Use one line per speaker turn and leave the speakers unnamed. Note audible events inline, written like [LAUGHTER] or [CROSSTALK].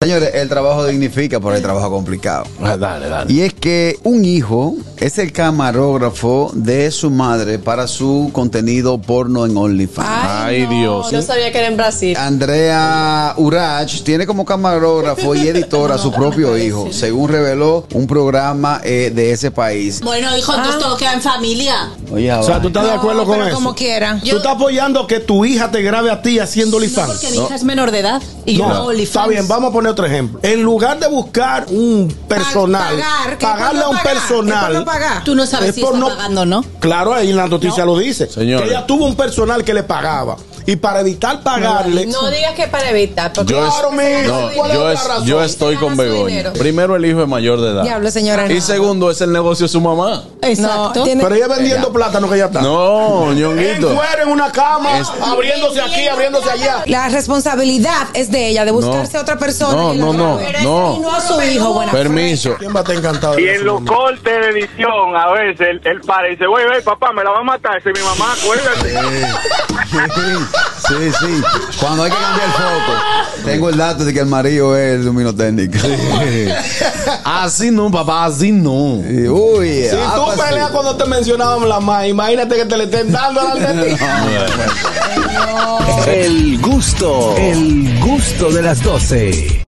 Señores, el trabajo dignifica, pero el trabajo complicado.
Ah,
Dale, dale.
Y es que un hijo es el camarógrafo de su madre para su contenido porno en OnlyFans.
Ay, Dios.
No sabía que era en Brasil.
Andrea Urach tiene como camarógrafo y editora a su propio hijo, según reveló un programa eh, de ese país.
Bueno, hijo,
Ah.
entonces todo queda en familia.
Oye,
O sea, ¿tú estás de
No,
acuerdo con
pero
eso?
como quiera.
¿Tú estás apoyando que tu hija te grabe a ti haciendo
No,
OnlyFans?
porque mi hija es menor de edad y yo
No,
no hago
está
OnlyFans.
bien, vamos a poner otro ejemplo. En lugar de buscar un personal,
pagar, que
pagarle a un
por no pagar, que por
personal.
no pagar.
Tú no sabes
es
si
por
está
no-
pagando o no.
Claro, ahí en la noticia lo dice.
Señores.
Que ella tuvo un personal que le pagaba. Y para evitar pagarle.
No digas que para evitar. Porque
Yo, es-
Claro, mijo,
no,
¿cuál es
yo,
la
es-
razón?
yo estoy
Gana
con
su
Begoña.
dinero.
Primero, el hijo es mayor de edad.
Diablo, señora,
Y
no.
segundo, es el negocio de su mamá.
Exacto.
No, tiene-
Pero ella vendiendo plátano que ya está.
No,
En
ñonguito.
cuero, en una cama,
Es-
abriéndose aquí, abriéndose allá.
La responsabilidad es de ella, de buscarse
No.
a otra persona.
No,
que la
no, no,
grabe.
Pero no. ese
Y no a su hijo, buena.
Permiso.
¿Quién va a estar encantado? de
Y
ver a
en
su
los
mamá?
cortes de edición, a veces, él, él para y dice, güey, güey, papá, me la va a matar. Dice, mi mamá, acuérdate.
[LAUGHS] Sí, sí. Cuando hay que cambiar el foco. Tengo el dato de que el marido es el domino [LAUGHS] técnico.
Así no, papá, así no.
Y, Uy,
Si
ah,
tú
pues, sí.
peleas cuando te mencionaban la más, imagínate que te le estén dando al de ti.
El gusto, el gusto de las 12.